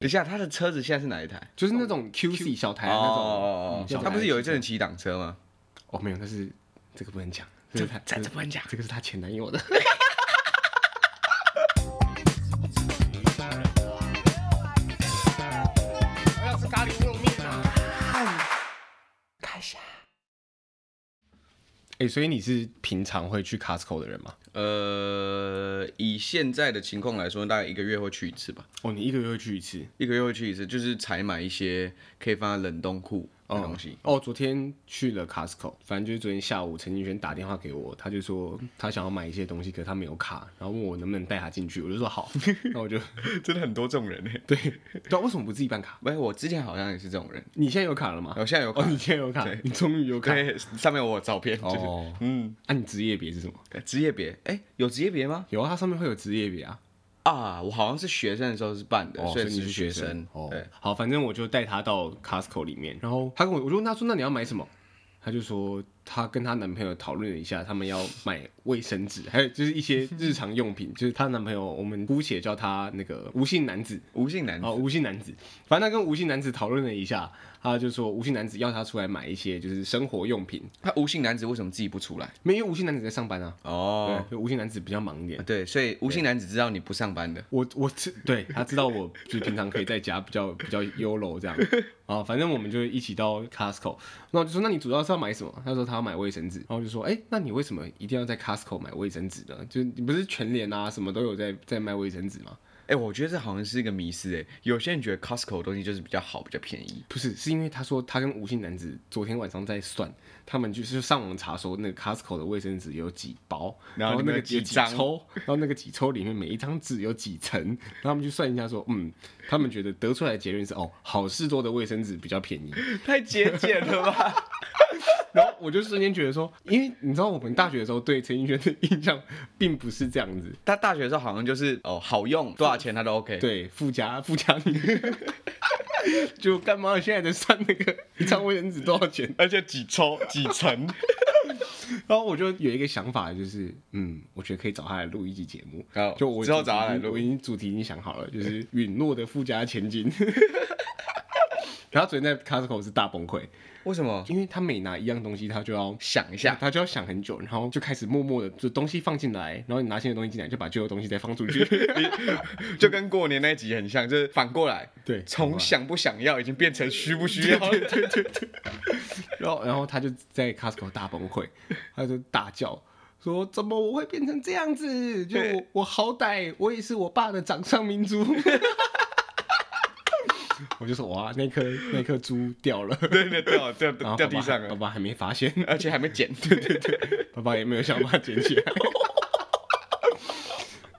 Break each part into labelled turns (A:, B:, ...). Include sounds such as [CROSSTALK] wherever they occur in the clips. A: 等一下，他的车子现在是哪一台？
B: 就是那种 QC 小台
A: 哦
B: 的那种。
A: 哦
B: 嗯
A: 哦
B: 小
A: 哦，
B: 台
A: 他不是有一阵子骑挡车吗？
B: 哦，没有，那是这个不能讲，
A: 这
B: 是他
A: 这这不能讲
B: 这个是他前
A: [LAUGHS]
B: 男友的。我要吃咖喱牛肉面啊！
A: 看一下。
B: 哎、所以你是平常会去 Costco 的人吗？
A: 呃，以现在的情况来说，大概一个月会去一次吧，
B: 哦，你一个月会去一次
A: 一个月会去一次，就是采买一些可以放在冷冻库的东西。
B: 哦。昨天去了 Costco，反正就是昨天下午，陈景轩打电话给我，他就说他想要买一些东西，可是他没有卡，然后问我能不能带他进去，我就
A: [LAUGHS]
B: 说好，那我就
A: [LAUGHS] 真的很多这种人呢。欸
B: 对，对啊，为什么不自己办卡？
A: 喂，我之前好像也是这种人，
B: 你现在有卡了吗？
A: 我现在有
B: 哦，
A: 卡
B: 你现在有卡
A: 对，
B: 你终于有卡。
A: 对，上面有我的照片，就是、
B: 哦
A: 嗯，
B: 啊，你职业别是什么？
A: 职业别，哎、有职业别吗？
B: 有啊，它上面会有职业别啊。
A: 啊，我好像是学生的时候是办的，
B: 哦，
A: 所
B: 所以
A: 以
B: 你
A: 是
B: 学
A: 生。
B: 哦
A: 对，，
B: 好，反正我就带她到 Costco 里面，然后她跟我，我就问她说：“那你要买什么？”她就说她跟她男朋友讨论了一下，他们要买卫生纸，还有就是一些日常用品，就是她男朋友，我们姑且叫他那个无性男子。
A: 无性男子
B: 哦，无性男子，反正他跟无性男子讨论了一下，他就说无性男子要他出来买一些就是生活用品，
A: 他无性男子为什么自己不出来？
B: 没有因为无性男子在上班啊，
A: 哦，
B: 对，就无性男子比较忙一点，
A: 对，所以无性男子知道你不上班的，
B: 我我知 [LAUGHS] 对他知道我就是平常可以在家比较比较优柔 [LAUGHS] 这样啊，反正我们就一起到 Costco，那我就说那你主要是要买什么？他说他要买卫生纸，然后我就说哎、那你为什么一定要在 Costco 买卫生纸呢？就是你不是全联啊什么都有在在卖卫生纸吗？
A: 哎、我觉得这好像是一个迷思哎，有些人觉得 Costco 的东西就是比较好，比较便宜。
B: 不是，是因为他说他跟吴姓男子昨天晚上在算，他们就是上网查说那个 Costco 的卫生纸有几包，
A: 然后
B: 后
A: 里面
B: 那个
A: 有几
B: 有几
A: 张
B: 抽， [LAUGHS] 然后那个几抽里面每一张纸有几层，然后他们去算一下说，嗯，他们觉得得出来的结论是哦，好事多的卫生纸比较
A: [LAUGHS]
B: 便宜。
A: [LAUGHS] 太节俭了吧？
B: 然后我就瞬间觉得说，因为你知道我们大学的时候对陈奕迅的印象并不是这样子，
A: [LAUGHS] 他大学的时候好像就是哦，好用，多少钱他都 OK。，
B: 对，富家富家
A: [LAUGHS]
B: 女。就干嘛现在在算那个一张卫生纸多少钱？
A: 而且几抽几层。
B: 然后我就有一个想法，就是嗯，我觉得可以找他来录一集节目。
A: [LAUGHS] 好
B: 就我
A: 之后
B: 主题
A: 找他来
B: 已经
A: 录
B: 我已经主题已经想好了，
A: [LAUGHS]
B: 就是陨落的富家千金。 [LAUGHS] 然后昨天在 Costco 是大崩溃，
A: 为什么？
B: 因为他每拿一样东西，他就要
A: 想一下，
B: 他就要想很久，然后就开始默默的就东西放进来，然后你拿新的东西进来，就把旧的东西再放出去。
A: [LAUGHS]
B: [LAUGHS]
A: 就跟过年那一集很像，就是反过来，
B: 对
A: 从想不想要已经变成需不需要 [LAUGHS] 了。
B: 然后然后他就在 Costco 大
A: [LAUGHS]
B: 崩溃，他就大叫说：“怎么我会变成这样子？就我我好歹我也是我爸的掌上明珠。” [LAUGHS] 我就说：“哇，那颗那颗珠
A: [LAUGHS]
B: 掉了，
A: 对对掉掉
B: 然后
A: 掉掉地上
B: 爸爸
A: 了，
B: 爸爸还没发现，
A: 而且还没剪。对对对，
B: 爸爸也没有想把它捡起来。” [LAUGHS]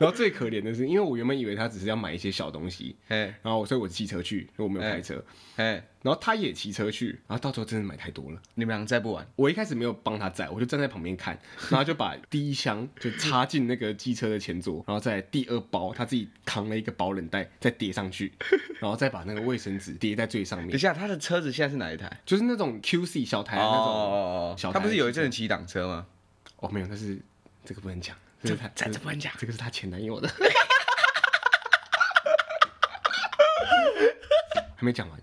B: 然后最可怜的是，因为我原本以为他只是要买一些小东西，
A: 哎
B: 然后我所以我骑车去，因为我没有
A: 哎
B: 开车，
A: 哎，
B: 然后他也骑车去，然后到时候真的买太多了。
A: 你们俩再不玩，
B: 我一开始没有帮他载，我就站在旁边看，然后就把第一箱就插进那个机车的前座，然后再来第二包他自己扛了一个保冷袋再叠上去，然后再把那个卫生纸叠在最上
A: 等一
B: 面，
A: 下，他的车子现在是哪一台？
B: 就是那种 QC 小台
A: 哦
B: 的那种。
A: 哦哦
B: 小
A: 哦，
B: 台
A: 他不是有一
B: 的
A: 阵子骑挡车吗？
B: 哦，没有，那是这个不能讲，这
A: 这
B: 是他
A: 这
B: 是
A: 这不能讲
B: 这个是他前男 [LAUGHS] 友的，还没讲完。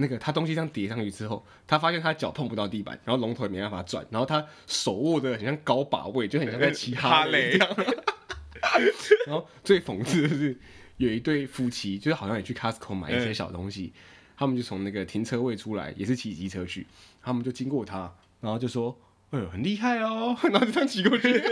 B: 那个他东西这样叠上去之后，他发现他脚碰不到地板，然后龙头也没办法转，然后他手握的很像高把位，就很像在骑哈雷一样。然后最讽刺的是，有一对夫妻，就是好像也去 Costco 买
A: 嗯
B: 一些小东西，他们就从那个停车位出来，也是骑机车去，他们就经过他，然后就说：“哎呦，很厉害哦！” [LAUGHS] 然后就这样骑过去。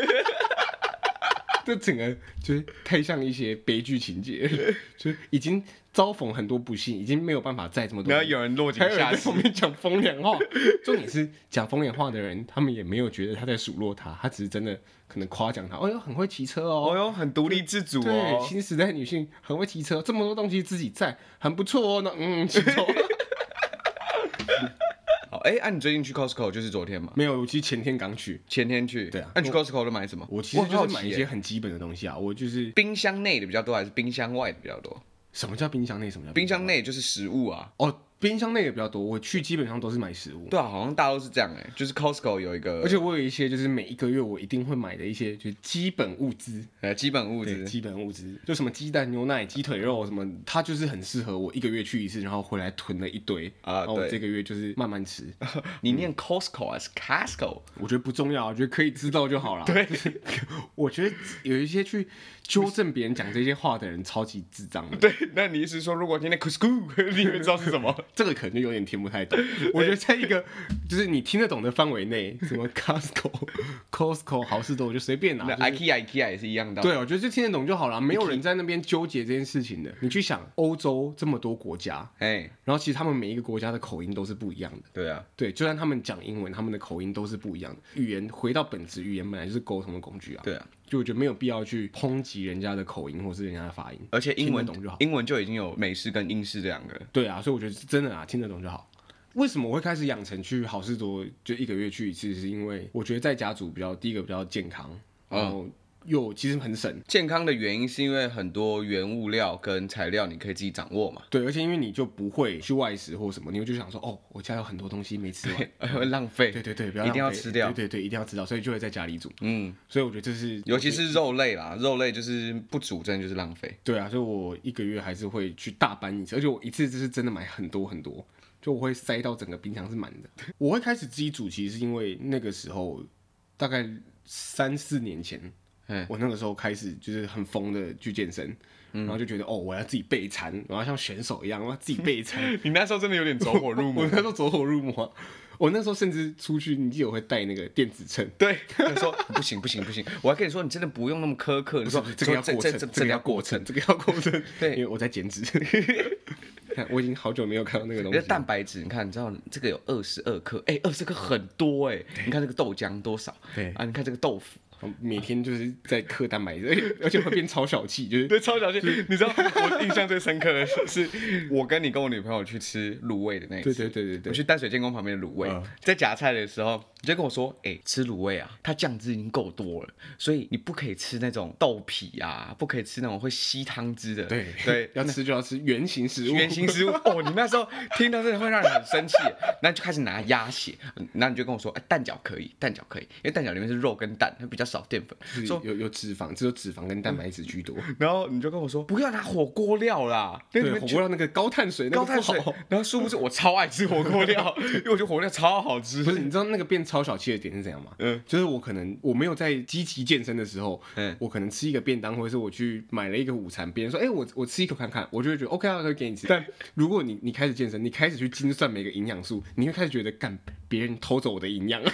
B: 这整个就是太像一些悲剧情节，就是已经遭逢很多不幸，已经没有办法再这么多。
A: [LAUGHS] 然后有人落井
B: 还有人
A: 下
B: 在
A: 石
B: 旁。边讲风凉话，重点是讲风凉话的人，他们也没有觉得他在数落他，他只是真的可能夸奖他，哦哟，很会骑车哦，
A: 哦哟，很独立自主
B: 对，
A: 哦。
B: 新时代女性很会骑车，这么多东西自己在，很不错哦。那嗯，骑
A: [LAUGHS]
B: 走。
A: 好，哎，啊，你最近去 Costco 就是昨天嘛？
B: 没有，我其实前天刚去，
A: 前天去。
B: 对啊
A: 那你去 Costco 都买什么？
B: 我其实
A: 很
B: 就
A: 好
B: 是买
A: 奇
B: 一
A: 耶
B: 些很基本的东西啊。我就是
A: 冰箱内的比较多，还是冰箱外的比较多？
B: 什么叫冰箱内，什么叫
A: 冰箱
B: 外
A: 内就是食物啊，
B: 哦，冰箱类的比较多，我去基本上都是买食物，
A: 对啊，好像大家都是这样哎、就是 Costco 有一个，
B: 而且我有一些就是每一个月我一定会买的一些就是基本物资，
A: 呃基本物
B: 对，
A: 资，
B: 基本物资，就什么鸡蛋、牛奶、鸡腿肉什么，它就是很适合我一个月去一次，然后回来囤了一堆
A: 啊
B: 然后我
A: 对
B: 这个月就是慢慢吃，
A: 你念 Costco 还是 Costco？
B: 我觉得不重要，我觉得可以知道
A: [LAUGHS]
B: 就好了。 [LAUGHS] 对， [LAUGHS] 我觉得有一些去纠正别人讲这些话的人超级智障的，
A: 对，那你意思是说，如果今天 Costco，你 [LAUGHS] 会知道是什么？
B: 这个可能就有点听不太懂。我觉得在一个就是你听得懂的范围内，什么 Costco、Costco、好事多，我就随便拿。
A: 那
B: 就是
A: IKEA IKEA 也是一样的，，
B: 对，我觉得就听得懂就好了，没有人在那边纠结这件事情的。你去想，欧洲这么多国家，
A: 哎，
B: 然后其实他们每一个国家的口音都是不一样的。
A: 对啊，
B: 对，就算他们讲英文，他们的口音都是不一样的。语言回到本质，语言本来就是沟通的工具啊。，
A: 对啊，
B: 就我觉得没有必要去抨击人家的口音或是人家的发音。
A: 而且英文
B: 听得懂就好
A: 英文就已经有美式跟英式这两个，
B: 对啊，所以我觉得是真的啊，听得懂就好。为什么我会开始养成去好事多就一个月去一次？是因为我觉得在家煮比较第一个比较健康，然
A: 嗯
B: 后又其实很省。
A: 健康的原因是因为很多原物料跟材料你可以自己掌握嘛， [LAUGHS]
B: 对，而且因为你就不会去外食或什么，你就想说哦，我家有很多东西没吃
A: [LAUGHS]
B: 完。
A: 会浪费，
B: 对对对，不要
A: 一定要
B: 浪费
A: 吃掉，
B: 对对对，一定要吃掉，所以就会在家里煮。
A: 嗯，
B: 所以我觉得这是，
A: 尤其是肉类啦，肉类就是不煮真的就是浪
B: [LAUGHS]
A: 费，
B: 对啊，所以我一个月还是会去大搬一次，而且我一次就是真的买很多很多，就我会塞到整个冰箱是满的。 [LAUGHS] 我会开始自己煮，其实是因为那个时候大概三四年前，
A: 嗯
B: 我那个时候开始就是很疯的去健身，然后就觉得哦，我要自己备餐，我要像选手一样，我要自己备餐。
A: [LAUGHS] 你那时候真的有点走火入
B: 我那时候走火入魔啊，我那时候甚至出去，你记得我会带那个电子秤。
A: [LAUGHS]
B: [LAUGHS]
A: 对，他说不行不行不行，我还跟你说你真的不用那么苛刻，你
B: 不是
A: 说
B: 不是，这个要
A: 说
B: 过
A: 这
B: 程，
A: 这
B: 这个要过程，这个要过程。
A: [LAUGHS] 对
B: 因为我在减脂，看 [LAUGHS] 我已经好久没有看到那个东
A: 你
B: 西
A: 的
B: 了。
A: 蛋白质，你看，你知道这个有二十二克，哎、二十克很多哎、你看这个豆浆多少？
B: 对
A: 啊，你看这个豆腐，
B: 我每天就是在嗑蛋白质，而 [LAUGHS] 且而且会变超小气，就是
A: 对，超小心。你知道我印象最深刻的是，是 [LAUGHS] 我跟你跟我女朋友去吃卤味的那一次，
B: 对对对对
A: 我
B: 对，
A: 去淡水建工旁边的卤味，在夹菜的时候，你就跟我说，哎、吃卤味啊，它酱汁已经够多了，所以你不可以吃那种豆皮啊，不可以吃那种会吸汤汁的，
B: 对
A: [LAUGHS] 对，
B: 要吃就要吃原形食物，
A: 原型 [LAUGHS] 食物哦，你那时候听到这个会让你很生气，那你就开始拿鸭血，那你就跟我说，哎、蛋饺可以，蛋饺可以，因为蛋饺里面是肉跟蛋，它比较少淀粉，
B: [LAUGHS] 就是
A: 说，
B: 有有脂肪，只有脂肪跟蛋白质居多。
A: 然后你就跟我说不要拿火锅料啦，因为
B: 对，
A: 你
B: 火
A: 们
B: 锅料那个高碳水，那
A: 高
B: 个
A: 碳
B: 不
A: 水
B: 好。，
A: 然后殊不知我超爱吃火锅料，因为我觉得火锅料超好吃
B: 不，是，你知道那个变超小气的点是怎样吗？
A: 嗯，
B: 就是我可能我没有在积极健身的时候，
A: 嗯
B: 我可能吃一个便当，或者是我去买了一个午餐，别人说，哎、我我吃一口看看，我就会觉得 OK 啊，可以给你吃。但如果你你开始健身，你开始去精算每个营养素，你会开始觉得，干，别人偷走我的营养。 [LAUGHS]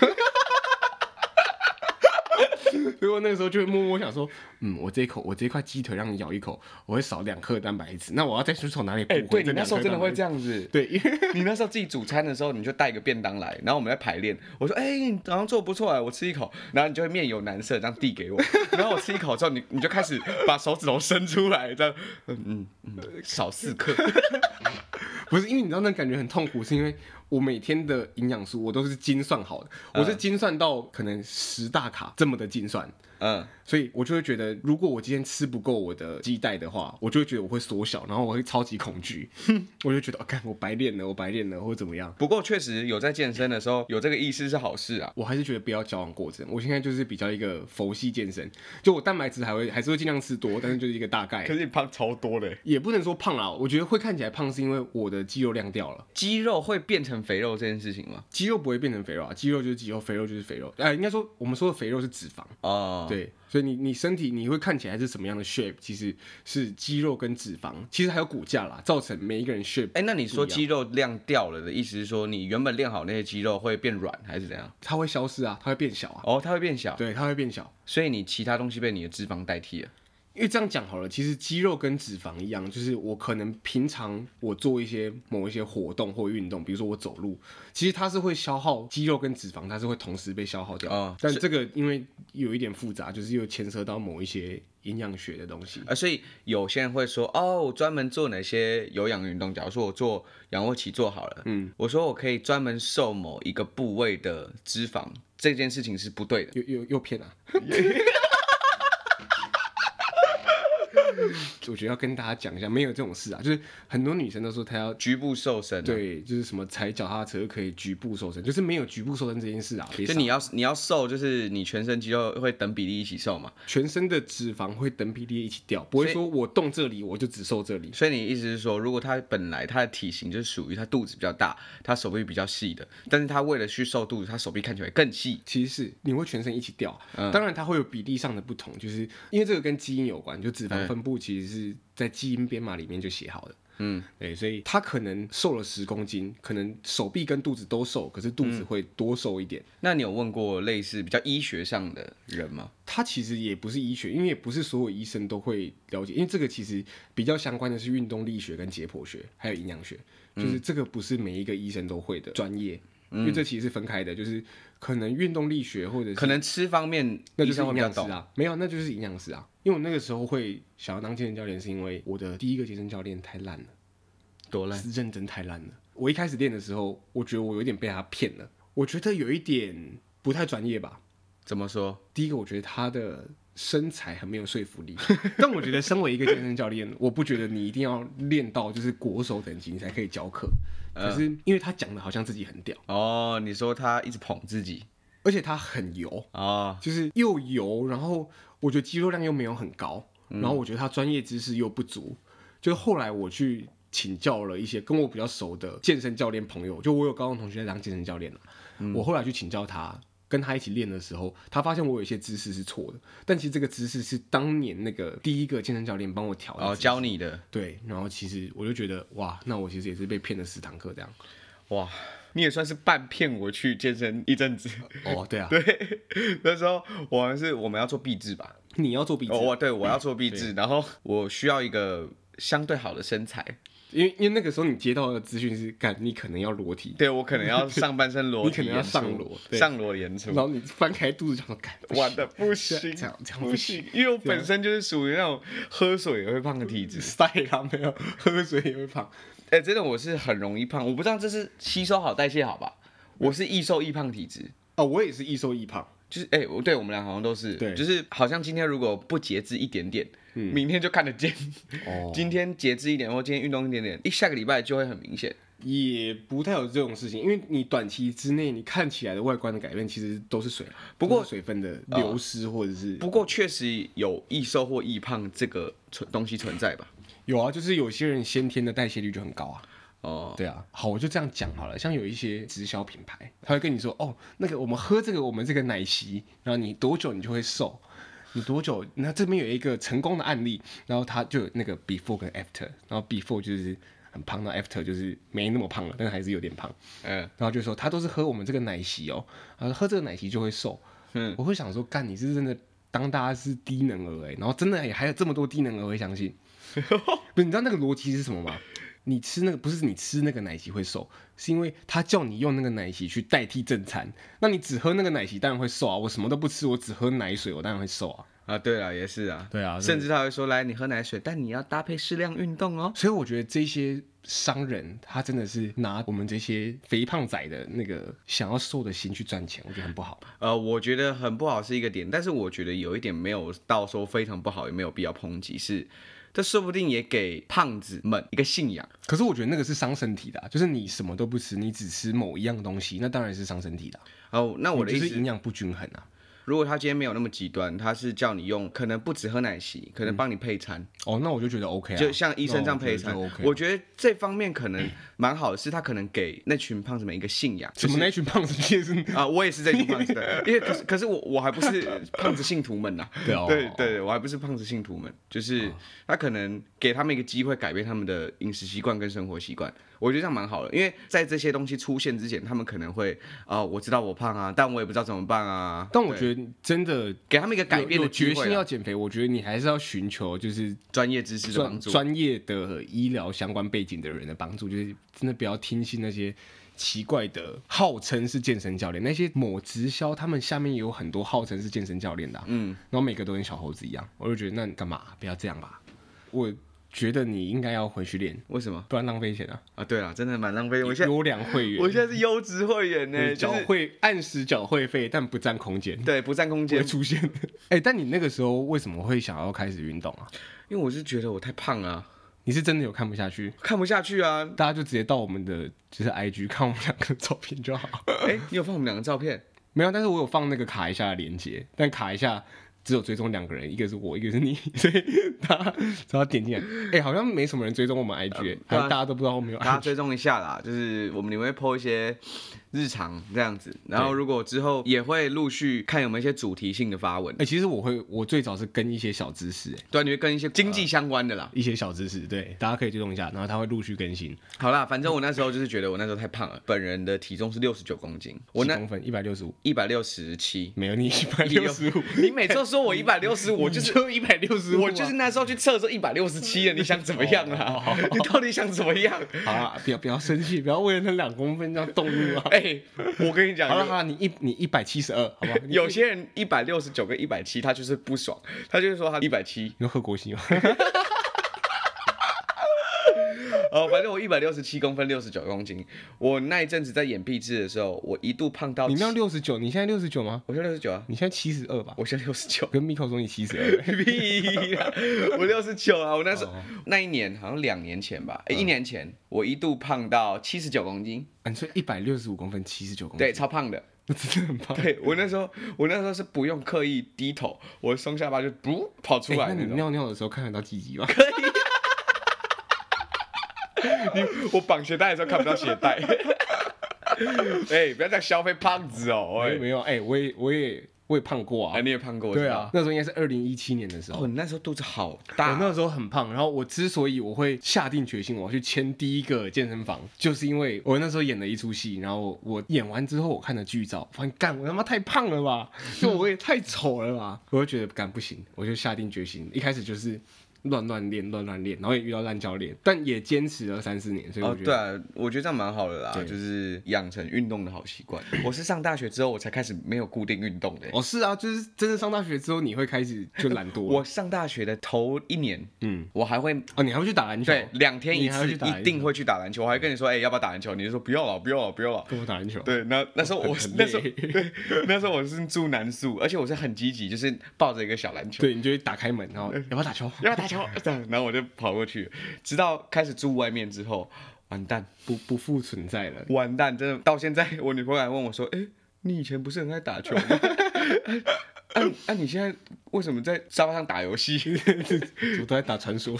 B: 所以我那个时候就会默默想说，嗯，我这一口，我这一块鸡腿让你咬一口，我会少两克蛋白质，那我要再去从哪里补
A: 哎、
B: 回这
A: 对你
B: 两
A: 那时候
B: 克
A: 真的
B: 蛋
A: 会
B: 白质
A: 这样子。
B: 对，因为
A: [LAUGHS] 你那时候自己煮餐的时候，你就带一个便当来，然后我们在排练。我说：“哎、你早上做得不错哎，我吃一口。”然后你就会面有难色这样递给我，然后我吃一口之后，你你就开始把手指头伸出来，这样，嗯嗯嗯，少四克。
B: [LAUGHS] 不是因为你知道那感觉很痛苦，是因为我每天的营养素我都是精算好的，我是精算到可能十大卡这么的精算，
A: 嗯，
B: 所以我就会觉得，如果我今天吃不够我的鸡蛋的话，我就会觉得我会缩小，然后我会超级恐惧，我就觉得，哦，看我白练了，我白练了，或者怎么样。
A: 不过确实有在健身的时候有这个意识是好事啊。
B: 我还是觉得不要矫枉过正。我现在就是比较一个佛系健身，就我蛋白质还会还是会尽量吃多，但是就是一个大概，
A: 是你胖超多嘞，
B: 也不能说胖啦。我觉得会看起来胖是因为我的肌肉量掉了。
A: 肌肉会变成肥肉这件事情吗？
B: 肌肉不会变成肥肉啊，肌肉就是肌肉，肥肉就是肥肉。呃，应该说我们说的肥肉是脂肪，
A: 哦，
B: 对，所以你你身体你会看起来是什么样的 shape，其实是肌肉跟脂肪，其实还有骨架啦，造成每一个人 shape
A: 哎、那你说肌肉量掉了的意思是说你原本练好那些肌肉会变软还是怎样？
B: 它会消失啊，它会变小啊，
A: 哦，它会变小，
B: 对，它会变小。
A: 所以你其他东西被你的脂肪代替了。
B: 因为这样讲好了，其实肌肉跟脂肪一样，就是我可能平常我做一些某一些活动或运动，比如说我走路，其实它是会消耗肌肉跟脂肪，它是会同时被消耗掉。
A: 哦
B: 但这个因为有一点复杂，就是又牵涉到某一些营养学的东西。
A: 啊，所以有些人会说，哦，我专门做哪些有氧运动？假如说我做仰卧起坐好了，嗯，我说我可以专门瘦某一个部位的脂肪，这件事情是不 [LAUGHS] 对的。
B: 又又又偏啊！我觉得要跟大家讲一下，没有这种事啊，就是很多女生都说她要
A: 局部瘦身、啊，，
B: 对，就是什么踩脚踏车可以局部瘦身，就是没有局部瘦身这件事啊，别
A: 就
B: 傻
A: 你要你要瘦，就是你全身肌肉会等比例一起瘦嘛。
B: 全身的脂肪会等比例一起掉，不会说我动这里我就只瘦这里。
A: 所以你意思是说，如果他本来他的体型就是属于他肚子比较大，他手臂比较细的，但是他为了去瘦肚子，他手臂看起来更细。
B: 其实是你会全身一起掉，当然它会有比例上的不同，就是因为这个跟基因有关，就脂肪分布其实是在基因编码里面就写好的。
A: 嗯，
B: 对，所以他可能瘦了十公斤，可能手臂跟肚子都瘦，可是肚子会多瘦一点。
A: 那你有问过类似比较医学上的人吗？
B: 它其实也不是医学，因为也不是所有医生都会了解，因为这个其实比较相关的是运动力学、跟解剖学，还有营养学，就是这个不是每一个医生都会的专业，因为这其实是分开的，就是可能运动力学或者是
A: 可能吃方面
B: 那
A: 医
B: 就是
A: 生会
B: 营
A: 比较
B: 养师
A: 懂。
B: 啊，没有，那就是营养师啊。因为我那个时候会想要当健身教练，是因为我的第一个健身教练太烂了，
A: 多累？
B: 是认真太烂了。我一开始练的时候，我觉得我有点被他骗了，我觉得有一点不太专业吧。
A: 怎么说？
B: 第一个，我觉得他的身材很没有说
A: [LAUGHS]
B: 服力，但我觉得身为一个健身教练，我不觉得你一定要练到就是国手等级你才可以教课。
A: 嗯
B: 可是因为他讲的好像自己很屌，
A: 哦，你说他一直捧自己
B: 而且他很油，
A: 哦，
B: 就是又油，然后我觉得肌肉量又没有很高，然后我觉得他专业知识又不足，就后来我去请教了一些跟我比较熟的健身教练朋友，就我有高中同学在当健身教练了、啊
A: 嗯
B: 我后来去请教他。跟他一起练的时候，他发现我有一些姿势是错的，但其实这个姿势是当年那个第一个健身教练帮我调的
A: 然后
B: 姿势。
A: 哦教你的。
B: 对，然后其实我就觉得哇，那我其实也是被骗了十堂课这
A: [LAUGHS]
B: 样。
A: 哇，你也算是半骗我去健身一阵子。 [LAUGHS]
B: 哦，对啊，
A: 对，那时候我好像是我们要做壁纸吧，
B: 你要做笔记啊、
A: 哦我对我要做壁纸，然后我需要一个相对好的身材，
B: 因为因为那个时候你接到的资讯是，干你可能要裸体，
A: 对我可能
B: [LAUGHS]
A: 要上半身裸
B: 你
A: 体
B: 可能要
A: 演出
B: 上裸对
A: 上裸演出
B: 然，后你翻开肚子想说，干不行
A: 玩的不行，
B: 这样这样
A: 不
B: 不行
A: 行，因为我本身就是属于那种喝水也会胖的体质，
B: 晒啦没有， [LAUGHS] 喝水也会胖。
A: 哎、真的我是很容易胖，我不知道这是吸收好代谢好吧，我是易瘦易胖体质。
B: 哦，我也是易瘦易胖，
A: 就是哎、我对我们俩好像都是，
B: 对嗯
A: 就是好像今天如果不节制一点点，明天就看得见。
B: 哦
A: 今天节制一点，或今天运动一点点，一下个礼拜就会很明显。
B: 也不太有这种事情，因为你短期之内你看起来的外观的改变，其实都是水，
A: 不过
B: 都是水分的流失或者是、
A: 不过确实有易瘦或易胖这个存东西存在吧？
B: 有啊，就是有些人先天的代谢率就很高啊。
A: 哦，
B: 对啊，好，我就这样讲好了。像有一些直销品牌，他会跟你说，哦，那个我们喝这个我们这个奶昔，然后你多久你就会瘦，你多久？那这边有一个成功的案例，然后他就有那个 before 跟 after，然后 before 就是很胖，那 after 就是没那么胖了，但还是有点胖。
A: 嗯，
B: 然后就说他都是喝我们这个奶昔哦，他说喝这个奶昔就会瘦。嗯，我会想说，干你是真的当大家是低能儿哎、然后真的也还有这么多低能儿会相 [LAUGHS] 信，不是你知道那个逻辑是什么吗？你吃那个不是你吃那个奶昔会瘦，是因为他叫你用那个奶昔去代替正餐。那你只喝那个奶昔当然会瘦啊，我什么都不吃，我只喝奶水，我当然会瘦啊。
A: 啊，对了，也是啊，
B: 对啊
A: 甚至他会说，来，你喝奶水，但你要搭配适量运动哦。
B: 所以我觉得这些商人他真的是拿我们这些肥胖仔的那个想要瘦的心去赚钱，我觉得很不好。
A: 呃，我觉得很不好是一个点，但是我觉得有一点没有到说非常不好，也没有必要抨击，是这说不定也给胖子们一个信仰。
B: 可是我觉得那个是伤身体的啊、就是你什么都不吃，你只吃某一样东西，那当然是伤身体的啊、
A: 哦，那我的
B: 你
A: 意
B: 就
A: 思
B: 是营养不均衡啊。
A: 如果他今天没有那么极端，他是叫你用，可能不止喝奶昔，可能帮你配餐，
B: 哦，那我就觉得 OK 啊，
A: 就像医生这样配餐。
B: 那我觉得就 OK 啊。
A: 嗯哦我觉得这方面可能蛮好的，是他可能给那群胖子们一个信仰。
B: 什么那群胖子其实是
A: [LAUGHS] 啊、我也是这群胖子的，因为可是可是我我还不是胖子信徒们呐、
B: 对哦啊
A: 对对，我还不是胖子信徒们，就是他可能给他们一个机会改变他们的饮食习惯跟生活习惯，我觉得这样蛮好的，因为在这些东西出现之前，他们可能会啊、我知道我胖啊，但我也不知道怎么办啊。
B: 但我
A: 得
B: 觉得真的
A: 给他们一个改
B: 有
A: 变的
B: 有
A: 机
B: 决
A: 会啊
B: 心
A: 啦
B: 要减肥，我觉得你还是要寻求就是
A: 专业知识的帮
B: 专
A: 助。
B: 专业的医疗相关背景的人的帮助，就是真的不要听信那些奇怪的号称是健身教练，那些某直销他们下面也有很多号称是健身教练的啊、嗯，然后每个都跟小猴子一样，我就觉得那你干嘛不要这样吧。我觉得你应该要回去练，
A: 为什么
B: 不然浪费钱啊。
A: 啊？对啦，真的蛮浪费。我现在
B: 优良会员，
A: 我现在是优质会员呢、
B: 对
A: 就
B: 缴
A: 是
B: 会按时缴会费，但不占
A: [LAUGHS]
B: 空间，
A: 对不占空
B: 不会
A: 间，
B: 出现。哎、但你那个时候为什么会想要开始运动啊？
A: 因为我是觉得我太胖了、啊
B: 你是真的有看不下去？
A: 看不下去啊。
B: 大家就直接到我们的就是 IG [LAUGHS] 看我们两个的照片就好。
A: 哎、你有放我们两个照片？
B: 没有，但是我有放那个卡一下的链接，但卡一下只有追踪两个人，一个是我，一个是你， [LAUGHS] 所以大家只要点进来，哎、好像没什么人追踪我们 IG，、欸好
A: 对啊
B: 像大家都不知道
A: [LAUGHS]
B: 我们有
A: 大家
B: IG。
A: 追踪一下啦，就是我们里面会 PO 一些日常这样子，然后如果之后也会陆续看有没有一些主题性的发文
B: 哎、，其实我会，我最早是跟一些小知识、欸，
A: 对啊，你会跟一些经济相关的啦。
B: 一些小知识，对，大家可以追踪一下，然后它会陆续更新。
A: 好啦，反正我那时候就是觉得我那时候太胖了，本人的体重是六十九公斤，我
B: 几
A: 那
B: 公分？一百六十五，
A: 一百六十七。
B: 没有
A: [LAUGHS]
B: 你一百六十五，
A: 你每次都说我一百六十五， [LAUGHS]
B: 我
A: 就
B: 就是是一百六十五，
A: 我就是。那时候去测的时候一百六十七了，你想怎么样啊？ [LAUGHS] 你到底想怎么样？
B: 好啦，不要不要生气，不要为了那两公分这样动怒啊！
A: [LAUGHS] 哎、我跟你讲，
B: 好了
A: 有
B: 好了，你一你一百七十二，好
A: [LAUGHS]
B: 不好？你
A: 有些人一百六十九跟一百七，他就是不爽，他就是说他一百七，
B: 你说贺国熙吗？
A: 哦，反正我一百六十七公分，六十九公斤。我那一阵子在演壁纸的时候，我一度胖到
B: 你那六十嗯九，你现在六十九吗？
A: 我现在六十九啊，
B: 你现在七十二吧？
A: 我现在六十九
B: 我。跟 Miko 说你七十二，
A: 屁啦！我六十九啊，我那时
B: 哦
A: 候、那一年好像两年前吧，
B: 嗯
A: 哎、一年前我一度胖到七十九公斤，
B: [LAUGHS] 啊你说一百六十五公分，七十九公分，
A: 对，超胖的。
B: 那真的很胖。
A: 对我那时候，我那时候是不用刻意低头，我松下巴就不跑出来
B: 哎那
A: 那
B: 你
A: 种。
B: 尿尿的时候看得到鸡鸡吗？
A: 我绑鞋带的时候看不到鞋带。 [LAUGHS] 哎、不要这样消费胖子哦！
B: [LAUGHS] 没有
A: 哎、
B: 没有，哎，我也我也我也胖过
A: 啊，
B: 啊。
A: 你也胖过？我知
B: 对
A: 道
B: 啊，。那时候应该是二零一七年的时候。
A: 哦，你那时候肚子好
B: 我
A: 大。
B: 那时候很胖，然后我之所以我会下定决心我要去签第一个健身房，就是因为我那时候演了一出戏，然后我我演完之后我看了剧照，发现干我他妈太胖了吧，就我也太丑了吧，我就觉得干不行，我就下定决心，一开始就是乱乱练乱乱练，然后也遇到烂教练，但也坚持了三四年，所以我
A: 哦，
B: 觉
A: 对
B: 得、
A: 啊，我觉得这样蛮好的啦，
B: 对
A: 就是养成运动的好习惯。我是上大学之后我才开始没有固定运动的欸、
B: 哦是啊，就是真的上大学之后你会开始就懒惰，
A: [LAUGHS] 我上大学的头一年，
B: 嗯
A: 我还会
B: 哦你还会去打篮球，
A: 对两天一
B: 你还会
A: 次，
B: 去打篮球嗯
A: 一定会去打篮球。我还跟你说，哎、要不要打篮球？你就说不要了，不要了，不要
B: [LAUGHS]
A: 了。
B: 跟我打篮球，
A: 对，那那时候我
B: 很
A: 那时候
B: 累
A: [LAUGHS]
B: [LAUGHS]
A: 对那时候我是住南宿，而且我是很积极，就是抱着一个小篮球，
B: 对，你就会打开门，然后要不要打球？
A: 要不要打球？这样，然后我就跑过去，直到开始住外面之后，完蛋，
B: 不不复存在了。 [LAUGHS]
A: 完蛋，真的到现在，我女朋友还问我说：“哎、你以前不是很爱打球吗？ [LAUGHS] 啊你啊，你现在为什么在沙发上打游戏
B: 我都在打传说。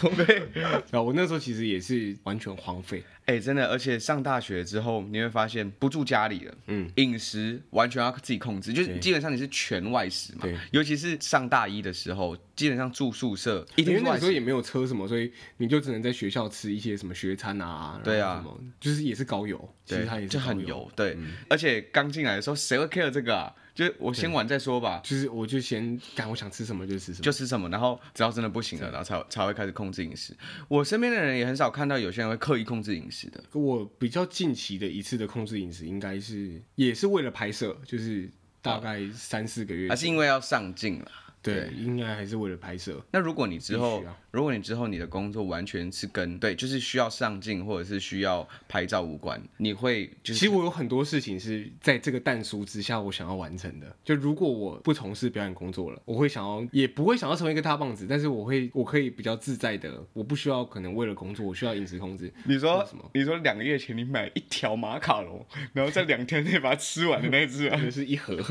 B: 然后我那时候其实也是完全荒废，？”
A: [LAUGHS] 哎、真的，而且上大学之后，你会发现不住家里了，嗯，饮食完全要自己控制，就是基本上你是全外食嘛
B: 对，
A: 尤其是上大一的时候，基本上住宿舍，一
B: 因
A: 定
B: 为
A: 是
B: 那个
A: 外
B: 时候
A: 食。
B: 也没有车什么，所以你就只能在学校吃一些什么学餐啊，
A: 对啊
B: 然后什么就是也是高油，其实它也
A: 对，就
B: 是高
A: 很，油，嗯对，而且刚进来的时候，谁会 care 这个啊？就是我先玩再说吧，
B: 就是我就先干，我想吃什么就吃什么，
A: 就吃什么，然后只要真的不行了，然后才才会开始控制饮食。我身边的人也很少看到有些人会刻意控制饮食的。
B: 我比较近期的一次的控制饮食，应该是也是为了拍摄，就是大概三四个月
A: 还，是因为要上镜了。
B: 对，应该还是为了拍摄。
A: 那如果你之后
B: 必须啊，
A: 如果你之后你的工作完全是跟对，就是需要上镜或者是需要拍照无关，你会就
B: 其
A: 是
B: 实我有很多事情是在这个淡书之下，我想要完成的。就如果我不从事表演工作了，我会想要，也不会想要成为一个大棒子，但是我会，我可以比较自在的，我不需要可能为了工作，我需要饮食控 [LAUGHS] 制。
A: 你说
B: 那什么
A: 你说两个月前你买一条马卡龙，然后在两天内把它吃完的那一只、 [LAUGHS] 啊，
B: 就是一盒 [LAUGHS]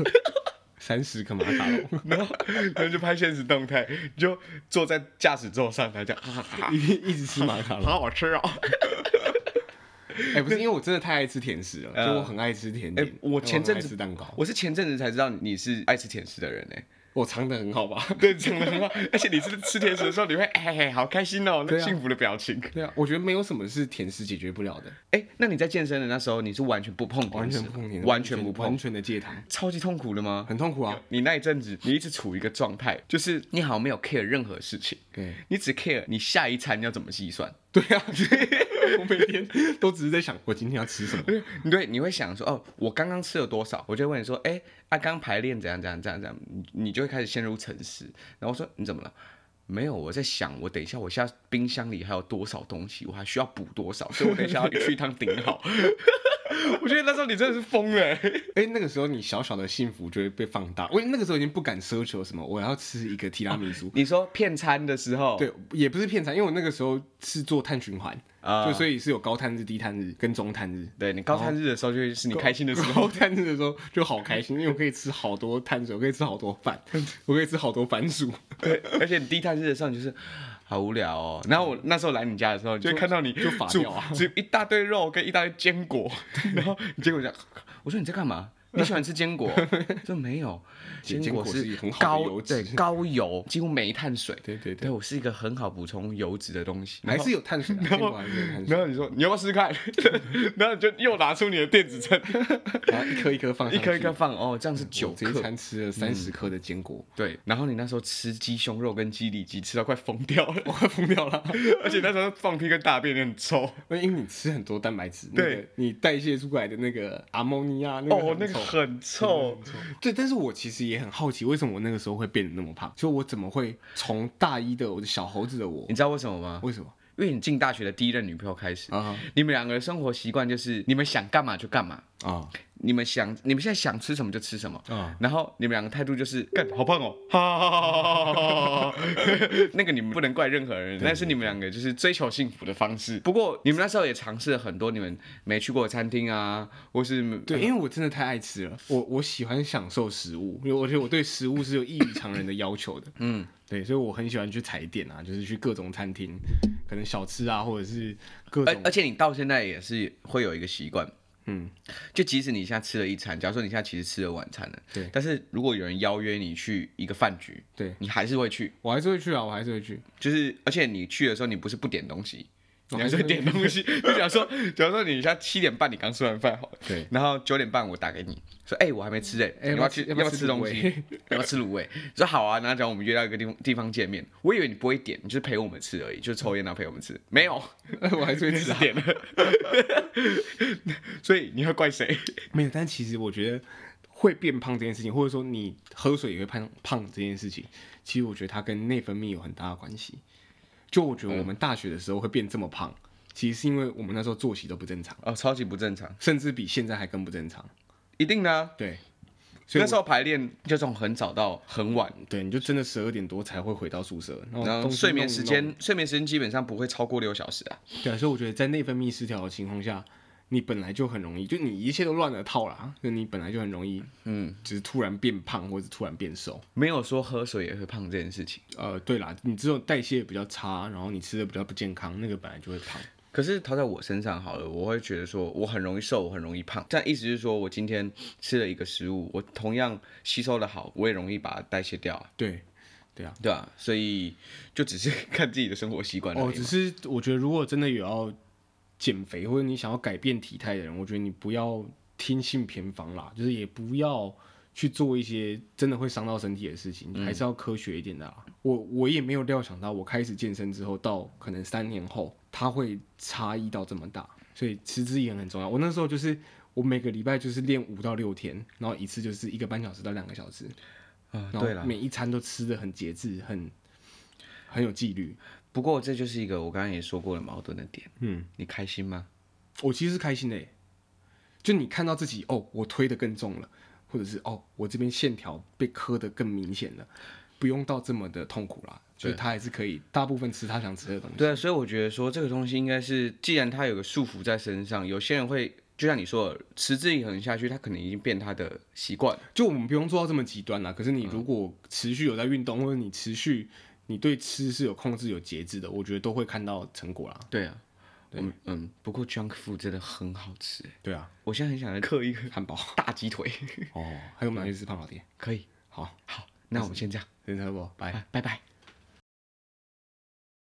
B: 三十个马卡龙， [LAUGHS]
A: 然后然后就拍现实动态，你就坐在驾驶座上，然后这样，哈哈 [LAUGHS] 哈，
B: 一一直吃马卡 [LAUGHS] 龙。
A: 好好吃 [LAUGHS] 哦。
B: 哎、不是，因为我真的太爱吃甜食了，就我很爱吃甜点。
A: 哎我前阵子
B: 呃我很爱吃蛋糕，
A: 我是前阵子才知道你是爱吃甜食的人呢、
B: 我藏的很好 [LAUGHS] 吧？
A: 对，讲的很好， [LAUGHS] 而且你是吃甜食的时候，你会哎、嘿好开心哦，那
B: 对啊
A: 幸福的表情。
B: 对啊，我觉得没有什么是甜食解决不了的，
A: 哎、那你在健身的那时候，你是完全不碰
B: 完
A: 甜食
B: 全
A: 吗，
B: 不碰甜，
A: 完全不
B: 完
A: 碰，
B: 全的戒糖，
A: 超级痛苦的吗？
B: 很痛苦啊。
A: 你那一阵子，你一直处于一个状态，就是你好像没有 care 任何事情，
B: 对。
A: 你只 care 你下一餐要怎么计算。
B: [LAUGHS] 对啊，我每天都只是在想我今天要吃什么。
A: [LAUGHS] 对，你会想说，哦，我刚刚吃了多少？我就会问你说，哎、啊，刚排练怎样怎样怎样怎样，你你就会开始陷入沉思。然后我说你怎么了？没有，我在想，我等一下，我现在冰箱里还有多少东西，我还需要补多少，所以我等一下要去一趟顶好。 [LAUGHS] 我觉得那时候你真的是疯了、欸， [LAUGHS]
B: 哎、那个时候你小小的幸福就会被放大，我那个时候已经不敢奢求什么，我要吃一个提拉米苏，
A: 你说骗餐的时候，
B: 对，也不是骗餐，因为我那个时候是做碳循环，
A: 啊
B: 就所以是有高碳日、低碳日跟中碳日。
A: 对你高碳日的时候，就是你开心的时候。
B: [LAUGHS] 高碳日的时候就好开心，因为我可以吃好多碳水，我可以吃好多
A: [LAUGHS]
B: 饭，我可以吃好多番薯。
A: 对， [LAUGHS] 而且你低碳日的时候，你就是好无聊哦。然后我那时候来你家的时候，就会看到你
B: 就法
A: 煮
B: 掉啊
A: 煮一大堆肉跟一大堆坚果， [LAUGHS] 然后你结果讲，我说你在干嘛？你喜欢吃坚果？ [LAUGHS] 就没有，
B: 姐
A: 坚
B: 坚果是一
A: 是
B: 个很好的
A: 高
B: 油
A: 对
B: 脂
A: 高油，几乎没碳水。
B: 对对
A: 对，，我是一个很好补充油脂的东西。然
B: 还
A: 后
B: 是有碳水、啊，
A: 然
B: 坚
A: 后
B: 果还是有碳水，
A: 然后你说你要不要试试看？ [LAUGHS] 然后你就又拿出你的电子秤， [LAUGHS]
B: 然后啊一颗一颗放上
A: 一
B: 去，
A: 颗一颗放。哦，这样是九
B: 我这一
A: 克。
B: 餐吃了三十颗的坚果，
A: 对，然后你那时候吃鸡胸肉跟鸡里脊，吃到快疯掉了。
B: [LAUGHS] 我快疯掉了。
A: [LAUGHS] 而且那时候放屁跟大便也很臭。
B: 因为你吃很多蛋白质，
A: 对
B: 那个你代谢出来的那个阿莫尼啊亚，那个
A: 哦，那
B: 很
A: 个
B: 臭嗯
A: 很臭。
B: 对，但是我其实也很好奇，为什么我那个时候会变得那么胖？就我怎么会从大一的我的小猴子的我
A: 你，知道为什么吗？
B: 为什么
A: 因为你进大学的第一任女朋友开始，
B: 啊
A: 你们两个的生活习惯就是你们想干嘛就干嘛，
B: 啊
A: 你们想你们现在想吃什么就吃什么。
B: 啊？
A: 然后你们两个态度就是干好胖哦，哈哈哈哈哈哈！ [LAUGHS] 那个你们不能怪任何人，但是你们两个就是追求幸福的方式。不过你们那时候也尝试了很多你们没去过的餐厅啊，或是
B: 对，因为我真的太爱吃了，我我喜欢享受食物，因为我觉得我对食物是有异于常人的要求的。
A: [LAUGHS] 嗯，
B: 对，所以我很喜欢去踩点啊，就是去各种餐厅，可能小吃啊，或者是各
A: 而
B: 种
A: 而且你到现在也是会有一个习惯，
B: 嗯，
A: 就即使你现在吃了一餐，假如说你现在其实吃了晚餐了，
B: 对
A: 但是如果有人邀约你去一个饭局，
B: 对
A: 你还是会去，
B: 我还是会去啊，我还是会去。
A: 就是而且你去的时候你不是不点东西。
B: 我
A: 你
B: 哦
A: 还
B: 还
A: 是
B: 是会
A: 会点东
B: [LAUGHS]
A: 西，就假如说，假如说你现在七点半你刚吃完饭好了，
B: 对，
A: 然后九点半我打给你说，哎、我还没吃哎、
B: 哎
A: 你要不要去？
B: 要
A: 要
B: 不
A: 不
B: 要
A: 要
B: 吃
A: 吃
B: 卤
A: 东
B: 味
A: 西？要不要吃卤味？ [LAUGHS] 说好啊，然后讲我们约到一个地方地方见面，我以为你不会点，你就是陪我们吃而已，就是抽烟然后陪我们吃，没有， [LAUGHS]
B: 我还是会吃
A: 是
B: 啊。
A: 点了，
B: [LAUGHS]
A: 所以你要怪谁？
B: 没有，但其实我觉得会变胖这件事情，或者说你喝水也会胖胖这件事情，其实我觉得它跟内分泌有很大的关系。就我觉
A: 嗯
B: 得我们大学的时候会变这么胖，其实是因为我们那时候作息都不正常，
A: 哦，超级不正常，
B: 甚至比现在还更不正常。
A: 一定的、啊。
B: 对，所
A: 那
B: 以我
A: 时候排练就从很早到很晚，
B: 对，你就真的十二点多才会回到宿舍，然后
A: 然后
B: 哦东西
A: 睡眠
B: 弄一
A: 时
B: 弄
A: 间睡眠时间基本上不会超过六小时啊。
B: 对啊，所以我觉得在内分泌失调的情况下，你本来就很容易，就你一切都乱了套啦，就你本来就很容易，
A: 嗯，
B: 就是突然变胖或者突然变瘦。
A: 没有说喝水也会胖这件事情，
B: 呃，对啦，你只有代谢比较差，然后你吃的比较不健康，那个本来就会胖。
A: 可是投在我身上好了，我会觉得说我很容易瘦，我很容易胖。但意思是说我今天吃了一个食物，我同样吸收的好，我也容易把它代谢掉啊，
B: 对，
A: 对吧、所以就只是看自己的生活习惯而
B: 哦，
A: 已
B: 只
A: 嘛。
B: 是我觉得如果真的有要减肥或者你想要改变体态的人，我觉得你不要听信偏方啦，就是也不要去做一些真的会伤到身体的事情，还是要科学一点的啦。我我也没有料想到，我开始健身之后，到可能三年后，它会差异到这么大，所以持之以恒很重要。我那时候就是。我每个礼拜就是练五到六天，然后一次就是一个半小时到两个小时，
A: 啊、
B: 然
A: 对了
B: 后。每一餐都吃的很节制，很很有纪律。
A: 不过这就是一个我刚刚也说过的矛盾的点。
B: 嗯，
A: 你开心吗？
B: 我其实是开心的耶，就你看到自己哦，我推的更重了，或者是哦，我这边线条被磕的更明显了，不用到这么的痛苦啦。就是他还是可以大部分吃他想吃的东西。
A: 对啊，所以我觉得说这个东西应该是，既然它有个束缚在身上，有些人会就像你说的，持之以恒下去，他可能已经变他的习惯。
B: 就我们不用做到这么极端啦。可是你如果持续有在运动，或者你持续你对吃是有控制、有节制的，我觉得都会看到成果啦。
A: 对啊，嗯嗯，不过 junk food 真的很好吃欸，
B: 对啊，
A: 我现在很想刻一个
B: 汉堡
A: 大鸡腿，
B: 哦，还有我们拿去吃胖老爹，
A: 可以。
B: 好，
A: 好，那我们先这样，
B: 真的不？拜。
A: 拜拜拜。